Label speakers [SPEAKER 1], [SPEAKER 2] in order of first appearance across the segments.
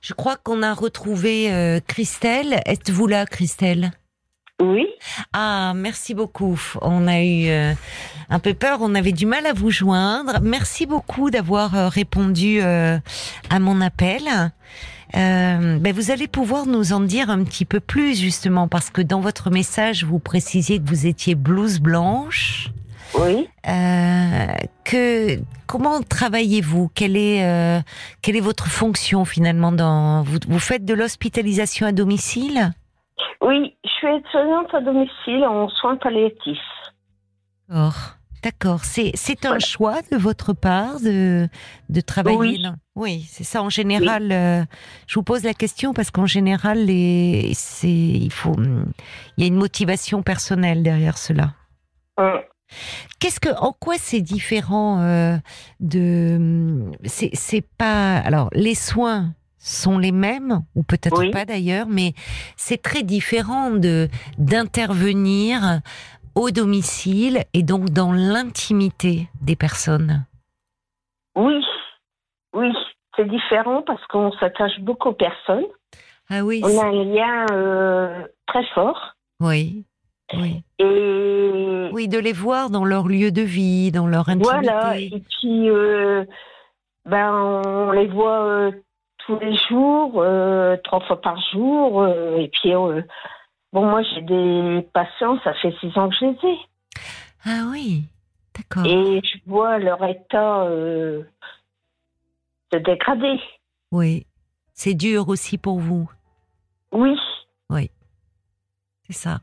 [SPEAKER 1] Je crois qu'on a retrouvé euh, Christelle. Êtes-vous là, Christelle
[SPEAKER 2] Oui,
[SPEAKER 1] Ah, merci beaucoup. On a eu euh, un peu peur, on avait du mal à vous joindre. Merci beaucoup d'avoir euh, répondu euh, à mon appel. Euh, ben, vous allez pouvoir nous en dire un petit peu plus justement parce que dans votre message vous précisiez que vous étiez blouse blanche.
[SPEAKER 2] oui.
[SPEAKER 1] Euh, que comment travaillez-vous Quelle est euh, quelle est votre fonction finalement dans vous, vous faites de l'hospitalisation à domicile
[SPEAKER 2] Oui, je suis aide-soignante à domicile en soins palliatifs.
[SPEAKER 1] D'accord. D'accord. C'est, c'est un
[SPEAKER 2] Voilà.
[SPEAKER 1] choix de votre part de, de travailler.
[SPEAKER 2] Oui.
[SPEAKER 1] dans- Oui, c'est ça. En général, euh, je vous pose la question parce qu'en général, les, c'est, il faut, il y a une motivation personnelle derrière cela.
[SPEAKER 2] Hum.
[SPEAKER 1] Qu'est-ce que, en quoi c'est différent euh, de, hum, c'est, c'est pas, alors les soins sont les mêmes ou peut-être
[SPEAKER 2] Oui.
[SPEAKER 1] pas d'ailleurs, mais c'est très différent de d'intervenir au domicile et donc dans l'intimité des personnes.
[SPEAKER 2] Oui, oui, c'est différent parce qu'on s'attache beaucoup aux personnes.
[SPEAKER 1] Ah oui,
[SPEAKER 2] On a un lien euh, très fort.
[SPEAKER 1] oui, oui,
[SPEAKER 2] Et
[SPEAKER 1] oui, de les voir dans leur lieu de vie, dans leur intimité.
[SPEAKER 2] voilà, et puis euh, ben, on les voit euh, tous les jours, euh, trois fois par jour. euh, et puis, euh, bon, moi j'ai des patients, ça fait six ans que je les ai.
[SPEAKER 1] Ah oui, d'accord.
[SPEAKER 2] Et je vois leur état euh, se dégrader.
[SPEAKER 1] Oui, c'est dur aussi pour vous,
[SPEAKER 2] Oui.
[SPEAKER 1] c'est ça.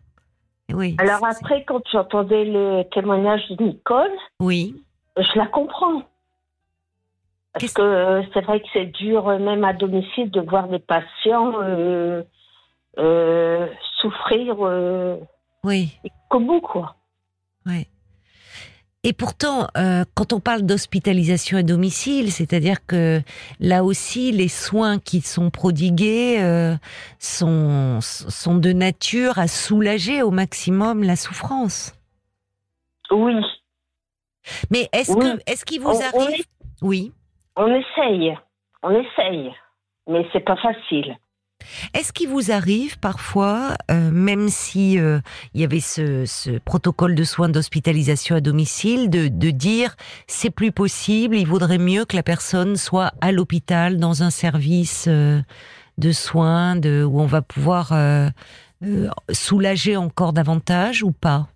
[SPEAKER 1] Oui.
[SPEAKER 2] Alors
[SPEAKER 1] c'est-
[SPEAKER 2] après, quand j'entendais le témoignage de Nicole,
[SPEAKER 1] oui.
[SPEAKER 2] je la comprends. Parce
[SPEAKER 1] Qu'est-ce-
[SPEAKER 2] que euh, c'est vrai que c'est dur, euh, même à domicile, de voir des patients euh, euh, souffrir euh,
[SPEAKER 1] Oui,
[SPEAKER 2] jusqu'au bout, quoi.
[SPEAKER 1] oui. Et pourtant, euh, quand on parle d'hospitalisation à domicile, c'est-à-dire que là aussi, les soins qui sont prodigués euh, sont, sont de nature à soulager au maximum la souffrance.
[SPEAKER 2] Oui,
[SPEAKER 1] Mais est-ce
[SPEAKER 2] Oui.
[SPEAKER 1] que est-ce qu'il vous
[SPEAKER 2] On- on
[SPEAKER 1] arrive Oui.
[SPEAKER 2] on essaye, on essaye, mais c'est pas facile.
[SPEAKER 1] Est-ce qu'il vous arrive parfois, euh, même si euh, il y avait ce, ce protocole de soins d'hospitalisation à domicile, de, de dire c'est plus possible, il vaudrait mieux que la personne soit à l'hôpital dans un service euh, de soins de, où on va pouvoir euh, euh, soulager encore davantage ou pas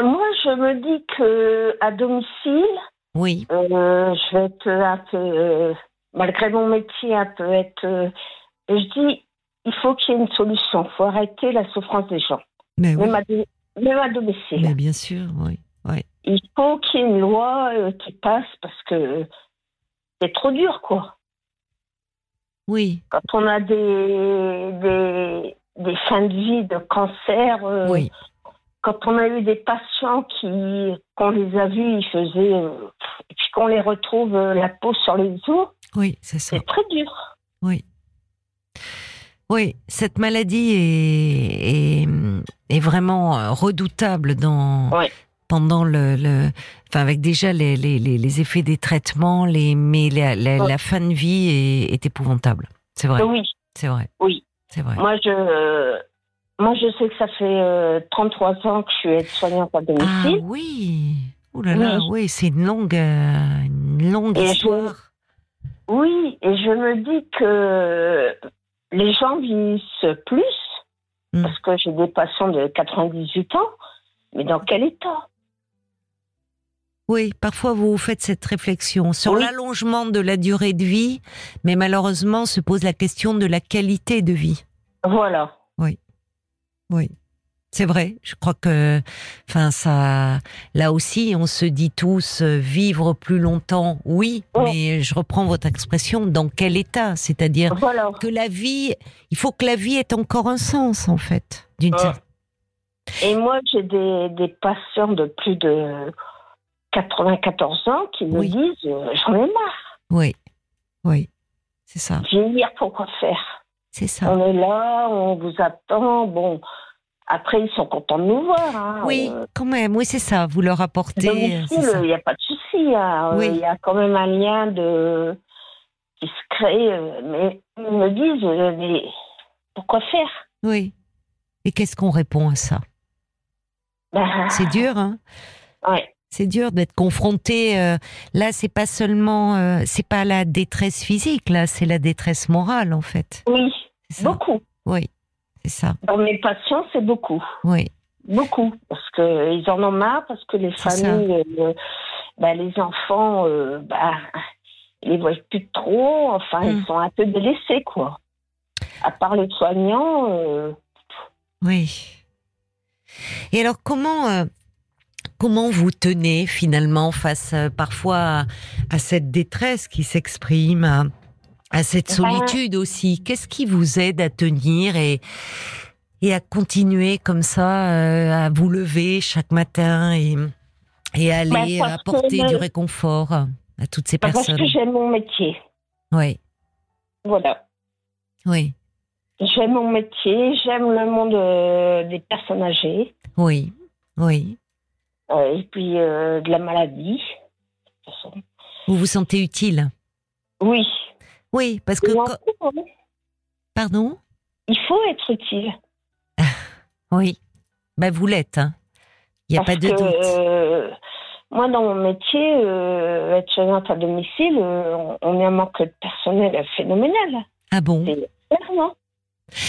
[SPEAKER 2] Moi, je me dis que à domicile,
[SPEAKER 1] Oui,
[SPEAKER 2] Euh, je vais être un peu, euh, malgré mon métier, un peu être. euh, je dis, il faut qu'il y ait une solution. Il faut arrêter la souffrance des gens,
[SPEAKER 1] mais oui,
[SPEAKER 2] même, à, do- même à domicile.
[SPEAKER 1] mais bien sûr, oui.
[SPEAKER 2] Il faut qu'il y ait une loi euh, qui passe parce que euh, c'est trop dur, quoi.
[SPEAKER 1] Oui,
[SPEAKER 2] Quand on a des, des, des fins de vie de cancer, euh,
[SPEAKER 1] oui,
[SPEAKER 2] quand on a eu des patients qui, qu'on les a vus, ils faisaient. euh, et puis qu'on les retrouve euh, la peau sur les os,
[SPEAKER 1] oui, c'est ça.
[SPEAKER 2] c'est très dur.
[SPEAKER 1] Oui, cette maladie est, est, est vraiment euh, redoutable dans,
[SPEAKER 2] Ouais.
[SPEAKER 1] pendant le, le- enfin avec déjà les, les, les, les effets des traitements, les, mais la, la,
[SPEAKER 2] Ouais.
[SPEAKER 1] la fin de vie est, est épouvantable. C'est vrai,
[SPEAKER 2] Oui.
[SPEAKER 1] c'est vrai.
[SPEAKER 2] Oui.
[SPEAKER 1] C'est vrai.
[SPEAKER 2] Moi, je, euh, moi, je sais que ça fait euh, 33 ans que je suis aide-soignante à
[SPEAKER 1] Ah
[SPEAKER 2] domicile.
[SPEAKER 1] oui, oh là là,
[SPEAKER 2] Oui.
[SPEAKER 1] oui, c'est une longue, euh, une longue
[SPEAKER 2] Et je-
[SPEAKER 1] histoire. Ah.
[SPEAKER 2] Oui, et je me dis que les gens vieillissent plus,
[SPEAKER 1] Mm.
[SPEAKER 2] parce que j'ai des patients de 98 ans, mais dans quel état
[SPEAKER 1] Oui, parfois vous faites cette réflexion sur
[SPEAKER 2] Oui.
[SPEAKER 1] l'allongement de la durée de vie, mais malheureusement se pose la question de la qualité de vie.
[SPEAKER 2] Voilà.
[SPEAKER 1] Oui. C'est vrai, je crois que, enfin, ça, là aussi, on se dit tous euh, vivre plus longtemps, oui,
[SPEAKER 2] Oui.
[SPEAKER 1] mais je reprends votre expression, dans quel état C'est-à-dire
[SPEAKER 2] Voilà.
[SPEAKER 1] que la vie, il faut que la vie ait encore un sens, en fait, d'une
[SPEAKER 2] Oui.
[SPEAKER 1] certaine.
[SPEAKER 2] Et moi, j'ai des, des patients de plus de 94 ans qui me
[SPEAKER 1] Oui.
[SPEAKER 2] disent euh, J'en ai marre,
[SPEAKER 1] Oui, oui, c'est ça,
[SPEAKER 2] vieillir, pourquoi faire
[SPEAKER 1] c'est ça.
[SPEAKER 2] On est là, on vous attend. Bon, après, ils sont contents de nous voir. hein.
[SPEAKER 1] Oui,
[SPEAKER 2] Euh,
[SPEAKER 1] quand même, oui, c'est ça, vous leur apportez. euh, c'est
[SPEAKER 2] domicile,
[SPEAKER 1] ça.
[SPEAKER 2] il n'y a pas de souci. hein. Euh,
[SPEAKER 1] Oui.
[SPEAKER 2] Il y a quand même un lien de. qui se créent, euh, mais ils me disent, euh, mais pourquoi faire
[SPEAKER 1] Oui. Et qu'est-ce qu'on répond à ça
[SPEAKER 2] ben,
[SPEAKER 1] C'est dur, hein
[SPEAKER 2] ouais.
[SPEAKER 1] C'est dur d'être confronté. euh, là, c'est pas seulement, euh, c'est pas la détresse physique, là, c'est la détresse morale, en fait.
[SPEAKER 2] Oui,
[SPEAKER 1] C'est ça.
[SPEAKER 2] beaucoup.
[SPEAKER 1] Oui, c'est ça.
[SPEAKER 2] Dans mes patients, c'est beaucoup.
[SPEAKER 1] Oui,
[SPEAKER 2] Beaucoup. Parce que ils en ont marre, parce que les
[SPEAKER 1] C'est ça.
[SPEAKER 2] familles, euh, bah, les enfants, euh, bah, ils les voient plus trop. Enfin,
[SPEAKER 1] Mm.
[SPEAKER 2] ils sont un peu délaissés, quoi. À part les soignants, euh,
[SPEAKER 1] oui. Et alors, comment euh, comment vous tenez finalement face euh, parfois à, à cette détresse qui s'exprime, à, à cette
[SPEAKER 2] Ben-
[SPEAKER 1] solitude aussi Qu'est-ce qui vous aide à tenir et et à continuer comme ça, euh, à vous lever chaque matin et et à aller
[SPEAKER 2] Bah,
[SPEAKER 1] euh,
[SPEAKER 2] parce que
[SPEAKER 1] apporter
[SPEAKER 2] le-
[SPEAKER 1] du réconfort à toutes ces
[SPEAKER 2] bah, parce
[SPEAKER 1] personnes
[SPEAKER 2] que j'aime mon métier.
[SPEAKER 1] Oui,
[SPEAKER 2] Voilà.
[SPEAKER 1] oui,
[SPEAKER 2] J'aime mon métier, j'aime le monde euh, des personnes âgées,
[SPEAKER 1] oui, oui.
[SPEAKER 2] euh, et puis euh, de la maladie. De toute façon.
[SPEAKER 1] Vous vous sentez utile
[SPEAKER 2] Oui.
[SPEAKER 1] Oui, parce que
[SPEAKER 2] Et en
[SPEAKER 1] quand-
[SPEAKER 2] plus, hein,
[SPEAKER 1] pardon.
[SPEAKER 2] Il faut être utile.
[SPEAKER 1] Oui. Bah, vous l'êtes. Il n'y a
[SPEAKER 2] Parce
[SPEAKER 1] pas de
[SPEAKER 2] que,
[SPEAKER 1] doute.
[SPEAKER 2] euh, moi, dans mon métier, euh, être soignante à domicile, euh, on- on a un manque de personnel phénoménal.
[SPEAKER 1] Ah bon
[SPEAKER 2] c'est- Clairement.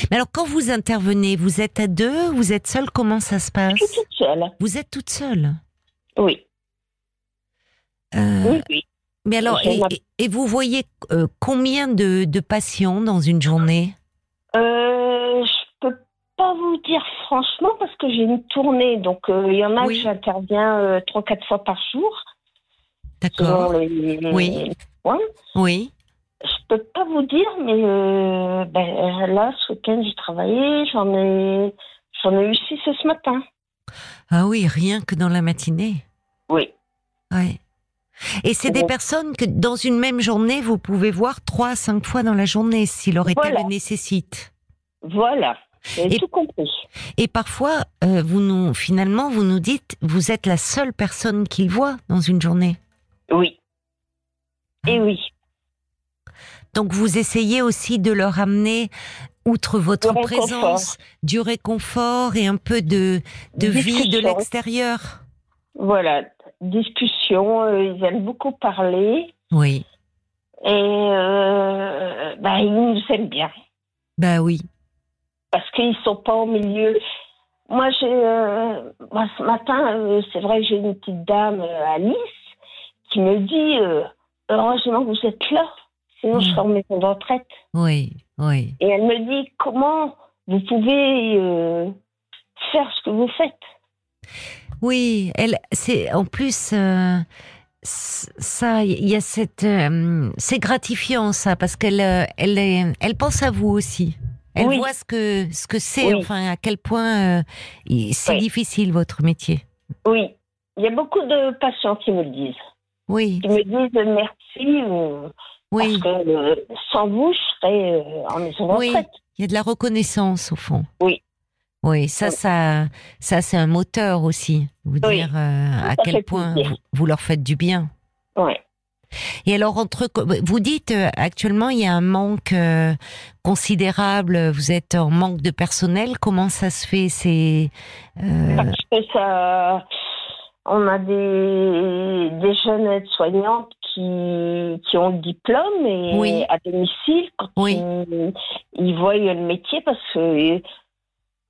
[SPEAKER 1] Mais alors, quand vous intervenez, vous êtes à deux Vous êtes seule Comment ça se passe
[SPEAKER 2] Je suis toute seule.
[SPEAKER 1] Vous êtes toute seule
[SPEAKER 2] Oui,
[SPEAKER 1] Euh,
[SPEAKER 2] oui, oui.
[SPEAKER 1] Mais alors,
[SPEAKER 2] J'ai
[SPEAKER 1] et,
[SPEAKER 2] ma-
[SPEAKER 1] et- et vous voyez euh, combien de, de patients dans une journée
[SPEAKER 2] Euh, je peux pas vous dire franchement parce que j'ai une tournée. Donc, euh, il y en a
[SPEAKER 1] Oui.
[SPEAKER 2] que j'interviens euh, trois, quatre fois par jour.
[SPEAKER 1] D'accord
[SPEAKER 2] Selon les,
[SPEAKER 1] Oui.
[SPEAKER 2] les points.
[SPEAKER 1] Oui.
[SPEAKER 2] Je peux pas vous dire, mais euh, ben, là, ce week-end, j'ai travaillé. J'en ai, j'en ai eu six ce matin.
[SPEAKER 1] Ah oui, rien que dans la matinée.
[SPEAKER 2] Oui.
[SPEAKER 1] Ouais. Et c'est des
[SPEAKER 2] Oui.
[SPEAKER 1] personnes que dans une même journée, vous pouvez voir trois à cinq fois dans la journée si leur état
[SPEAKER 2] Voilà.
[SPEAKER 1] le nécessite.
[SPEAKER 2] Voilà, j'ai
[SPEAKER 1] Et-
[SPEAKER 2] tout compris.
[SPEAKER 1] Et parfois, euh, vous nous, finalement, vous nous dites, vous êtes la seule personne qu'ils voient dans une journée.
[SPEAKER 2] Oui. Et oui,
[SPEAKER 1] Donc vous essayez aussi de leur amener, outre votre
[SPEAKER 2] réconfort.
[SPEAKER 1] présence, du réconfort et un peu de, de vie de
[SPEAKER 2] Discussion.
[SPEAKER 1] l'extérieur.
[SPEAKER 2] voilà, discussion, euh, ils aiment beaucoup parler
[SPEAKER 1] Oui,
[SPEAKER 2] et euh, bah, ils nous aiment bien
[SPEAKER 1] bah oui,
[SPEAKER 2] parce qu'ils sont pas au milieu. Moi, j'ai, euh, moi, ce matin, euh, c'est vrai que j'ai une petite dame, euh, Alice, qui me dit euh, Heureusement que vous êtes là, sinon je
[SPEAKER 1] Mm.
[SPEAKER 2] serais en maison de retraite.
[SPEAKER 1] oui, oui,
[SPEAKER 2] Et elle me dit Comment vous pouvez euh, faire ce que vous faites
[SPEAKER 1] oui. Elle, c'est en plus euh, c- ça, il y a cette, euh, c'est gratifiant ça parce qu'elle, euh, elle, est- elle pense à vous aussi. Elle
[SPEAKER 2] Oui.
[SPEAKER 1] voit ce que ce que c'est,
[SPEAKER 2] Oui.
[SPEAKER 1] enfin à quel point euh, il- c'est
[SPEAKER 2] Oui.
[SPEAKER 1] difficile votre métier.
[SPEAKER 2] Oui, il y a beaucoup de patients qui me le disent.
[SPEAKER 1] Oui,
[SPEAKER 2] Qui me disent merci euh,
[SPEAKER 1] oui.
[SPEAKER 2] parce que euh, sans vous, je serais euh, en maison de
[SPEAKER 1] Oui.
[SPEAKER 2] retraite.
[SPEAKER 1] Il y a de la reconnaissance au fond.
[SPEAKER 2] Oui.
[SPEAKER 1] Oui, ça,
[SPEAKER 2] Oui.
[SPEAKER 1] ça, ça, c'est un moteur aussi. Vous
[SPEAKER 2] Oui.
[SPEAKER 1] dire euh, à
[SPEAKER 2] Ça
[SPEAKER 1] quel
[SPEAKER 2] fait
[SPEAKER 1] point
[SPEAKER 2] plaisir.
[SPEAKER 1] vous, vous leur faites du bien.
[SPEAKER 2] Ouais.
[SPEAKER 1] Et alors entre vous dites euh, actuellement il y a un manque euh, considérable. Vous êtes en manque de personnel. Comment ça se fait C'est euh,
[SPEAKER 2] Parce que ça, on a des, des jeunes aides-soignantes qui, qui ont le diplôme et
[SPEAKER 1] Oui.
[SPEAKER 2] à domicile, quand
[SPEAKER 1] Oui.
[SPEAKER 2] ils, ils voient le métier, parce que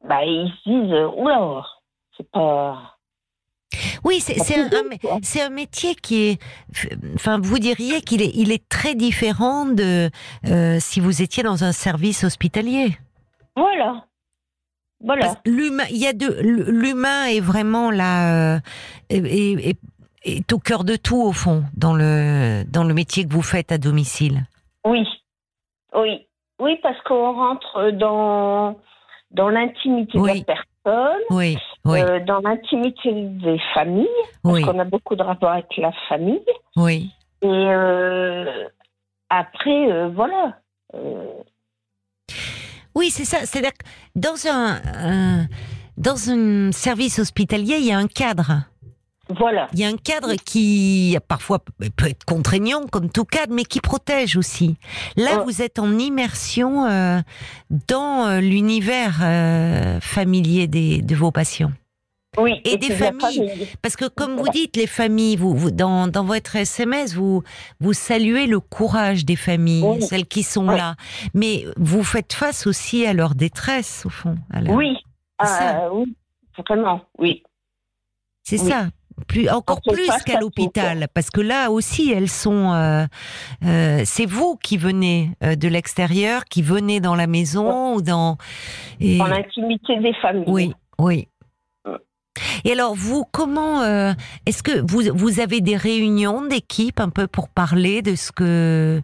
[SPEAKER 2] bah, ils se disent oula, c'est pas.
[SPEAKER 1] oui, c'est
[SPEAKER 2] pas
[SPEAKER 1] c'est un, un-
[SPEAKER 2] possible, quoi.
[SPEAKER 1] c'est un métier qui est, enfin, vous diriez qu'il est, il est très différent de euh, si vous étiez dans un service hospitalier.
[SPEAKER 2] Voilà. Voilà.
[SPEAKER 1] Parce que L'humain, il y a de l'humain est vraiment là euh, est, est- est- est au cœur de tout au fond dans le dans le métier que vous faites à domicile.
[SPEAKER 2] Oui, oui, oui, parce qu'on rentre dans, dans l'intimité
[SPEAKER 1] Oui.
[SPEAKER 2] de la personne,
[SPEAKER 1] Oui, oui,
[SPEAKER 2] euh, dans l'intimité des familles, parce
[SPEAKER 1] oui,
[SPEAKER 2] qu'on a beaucoup de rapports avec la famille.
[SPEAKER 1] oui.
[SPEAKER 2] Et euh, après, euh, voilà. Euh,
[SPEAKER 1] Oui, c'est ça. C'est-à-dire que dans un, un- dans un service hospitalier, il y a un cadre.
[SPEAKER 2] Voilà.
[SPEAKER 1] Il y a un cadre qui parfois peut être contraignant comme tout cadre, mais qui protège aussi. Là,
[SPEAKER 2] Ouais.
[SPEAKER 1] vous êtes en immersion euh, dans euh, l'univers euh, familier des, de vos patients.
[SPEAKER 2] Oui.
[SPEAKER 1] Et des
[SPEAKER 2] puis la
[SPEAKER 1] familles. Parce que comme vous dites, les familles, vous, vous- dans, dans votre SMS, vous, vous saluez le courage des familles,
[SPEAKER 2] Oui.
[SPEAKER 1] celles qui sont
[SPEAKER 2] Ouais.
[SPEAKER 1] là. Mais vous faites face aussi à leur détresse, au fond. à leur-
[SPEAKER 2] Oui.
[SPEAKER 1] C'est ça.
[SPEAKER 2] Ah, oui. Vraiment, oui.
[SPEAKER 1] C'est
[SPEAKER 2] Oui.
[SPEAKER 1] ça. Plus, encore
[SPEAKER 2] Quand on
[SPEAKER 1] plus
[SPEAKER 2] passe
[SPEAKER 1] qu'à
[SPEAKER 2] à
[SPEAKER 1] l'hôpital, parce que là aussi, elles sont. euh, euh, c'est vous qui venez euh, de l'extérieur, qui venez dans la maison ou dans. et-
[SPEAKER 2] Dans l'intimité des familles.
[SPEAKER 1] oui, oui.
[SPEAKER 2] Ouais.
[SPEAKER 1] Et alors vous, comment euh, est-ce que vous vous avez des réunions d'équipe un peu pour parler de ce que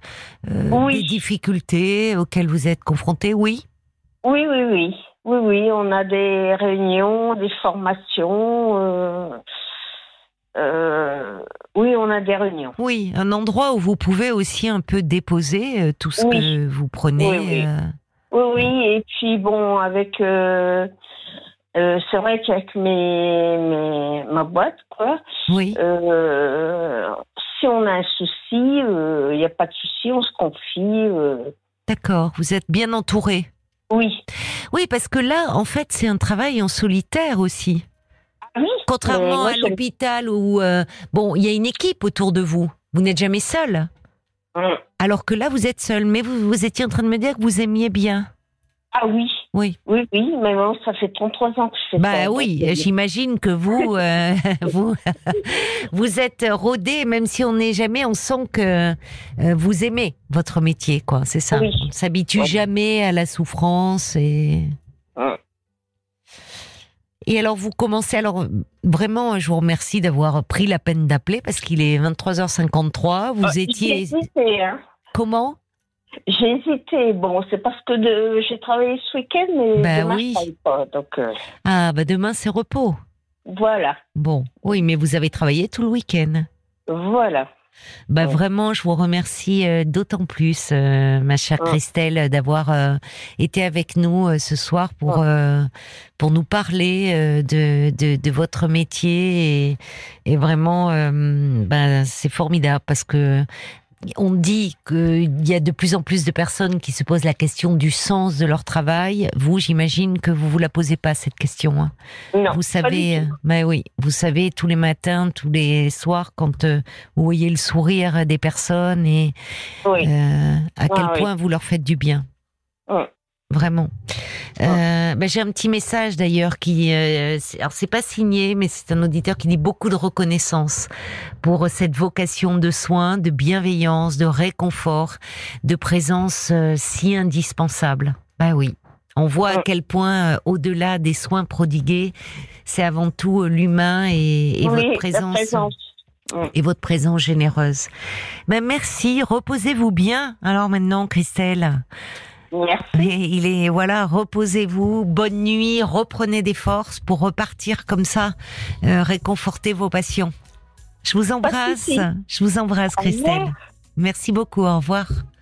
[SPEAKER 1] euh,
[SPEAKER 2] Oui.
[SPEAKER 1] des difficultés auxquelles vous êtes confrontés Oui.
[SPEAKER 2] Oui, oui, oui. Oui, oui, on a des réunions, des formations. euh, euh, oui, on a des réunions.
[SPEAKER 1] Oui, un endroit où vous pouvez aussi un peu déposer euh, tout ce
[SPEAKER 2] Oui.
[SPEAKER 1] que vous prenez.
[SPEAKER 2] Oui, oui.
[SPEAKER 1] euh,
[SPEAKER 2] Oui, oui, et puis bon, avec. euh, euh, c'est vrai qu'avec mes, mes, ma boîte, quoi,
[SPEAKER 1] oui.
[SPEAKER 2] euh, si on a un souci, il n'y a pas de souci, on se confie. euh,
[SPEAKER 1] D'accord, vous êtes bien entouré.
[SPEAKER 2] oui.
[SPEAKER 1] Oui, parce que là, en fait, c'est un travail en solitaire aussi.
[SPEAKER 2] Ah oui,
[SPEAKER 1] Contrairement
[SPEAKER 2] moi,
[SPEAKER 1] à
[SPEAKER 2] je-
[SPEAKER 1] l'hôpital où, euh, bon, il y a une équipe autour de vous. Vous n'êtes jamais seul.
[SPEAKER 2] Hum.
[SPEAKER 1] Alors que là, vous êtes seul. Mais vous, vous étiez en train de me dire que vous aimiez bien.
[SPEAKER 2] Ah oui.
[SPEAKER 1] Oui.
[SPEAKER 2] Oui, oui, mais bon, ça fait 33 ans que je fais ça.
[SPEAKER 1] Bah
[SPEAKER 2] donc,
[SPEAKER 1] oui,
[SPEAKER 2] euh,
[SPEAKER 1] j'imagine que vous, euh, vous, vous êtes rodé, même si on n'est jamais, on sent que euh, vous aimez votre métier, quoi. C'est ça.
[SPEAKER 2] Oui.
[SPEAKER 1] On s'habitue
[SPEAKER 2] Ouais. Ah.
[SPEAKER 1] jamais à la souffrance et.
[SPEAKER 2] Ouais.
[SPEAKER 1] Et alors, vous commencez. Alors, euh, vraiment, je vous remercie d'avoir pris la peine d'appeler parce qu'il est 23h53. Vous
[SPEAKER 2] Ah, J'ai
[SPEAKER 1] étiez.
[SPEAKER 2] hésité, hein.
[SPEAKER 1] Comment
[SPEAKER 2] J'ai hésité. Bon, c'est parce que de... j'ai travaillé ce week-end, mais
[SPEAKER 1] Bah
[SPEAKER 2] demain,
[SPEAKER 1] oui.
[SPEAKER 2] je travaille pas. Donc, euh,
[SPEAKER 1] Ah, bah demain, c'est repos.
[SPEAKER 2] voilà.
[SPEAKER 1] Bon, oui, mais vous avez travaillé tout le week-end.
[SPEAKER 2] Voilà.
[SPEAKER 1] Bah
[SPEAKER 2] Ouais.
[SPEAKER 1] vraiment, je vous remercie euh, d'autant plus, euh, ma chère
[SPEAKER 2] Ouais.
[SPEAKER 1] Christelle, d'avoir euh, été avec nous euh, ce soir pour euh, pour nous parler euh, de, de de votre métier et, et vraiment, euh, ben c'est formidable parce que on dit qu'il y a de plus en plus de personnes qui se posent la question du sens de leur travail. Vous, j'imagine que vous vous la posez pas cette question. hein.
[SPEAKER 2] Non.
[SPEAKER 1] Vous
[SPEAKER 2] pas du
[SPEAKER 1] savez,
[SPEAKER 2] tout.
[SPEAKER 1] euh, bah oui, vous savez tous les matins, tous les soirs, quand euh, vous voyez le sourire des personnes et
[SPEAKER 2] Oui.
[SPEAKER 1] euh, à quel
[SPEAKER 2] oui.
[SPEAKER 1] point vous leur faites du bien.
[SPEAKER 2] Ouais.
[SPEAKER 1] Vraiment. Euh, bah, J'ai un petit message d'ailleurs qui, euh, c'est- alors c'est pas signé, mais c'est un auditeur qui dit beaucoup de reconnaissance pour cette vocation de soins, de bienveillance, de réconfort, de présence euh, si indispensable. Bah oui. On voit à
[SPEAKER 2] Ouais.
[SPEAKER 1] quel point, euh, au-delà des soins prodigués, c'est avant tout euh, l'humain et, et
[SPEAKER 2] oui,
[SPEAKER 1] votre
[SPEAKER 2] La
[SPEAKER 1] présence euh,
[SPEAKER 2] présence.
[SPEAKER 1] et votre présence généreuse. Ben merci, reposez-vous bien. Alors maintenant, Christelle,
[SPEAKER 2] Merci.
[SPEAKER 1] Et il est voilà, reposez-vous, bonne nuit, reprenez des forces pour repartir comme ça, euh, réconforter vos patients. Je vous
[SPEAKER 2] de
[SPEAKER 1] embrasse,
[SPEAKER 2] souci.
[SPEAKER 1] je vous embrasse,
[SPEAKER 2] Au revoir.
[SPEAKER 1] Christelle. Merci beaucoup, au revoir.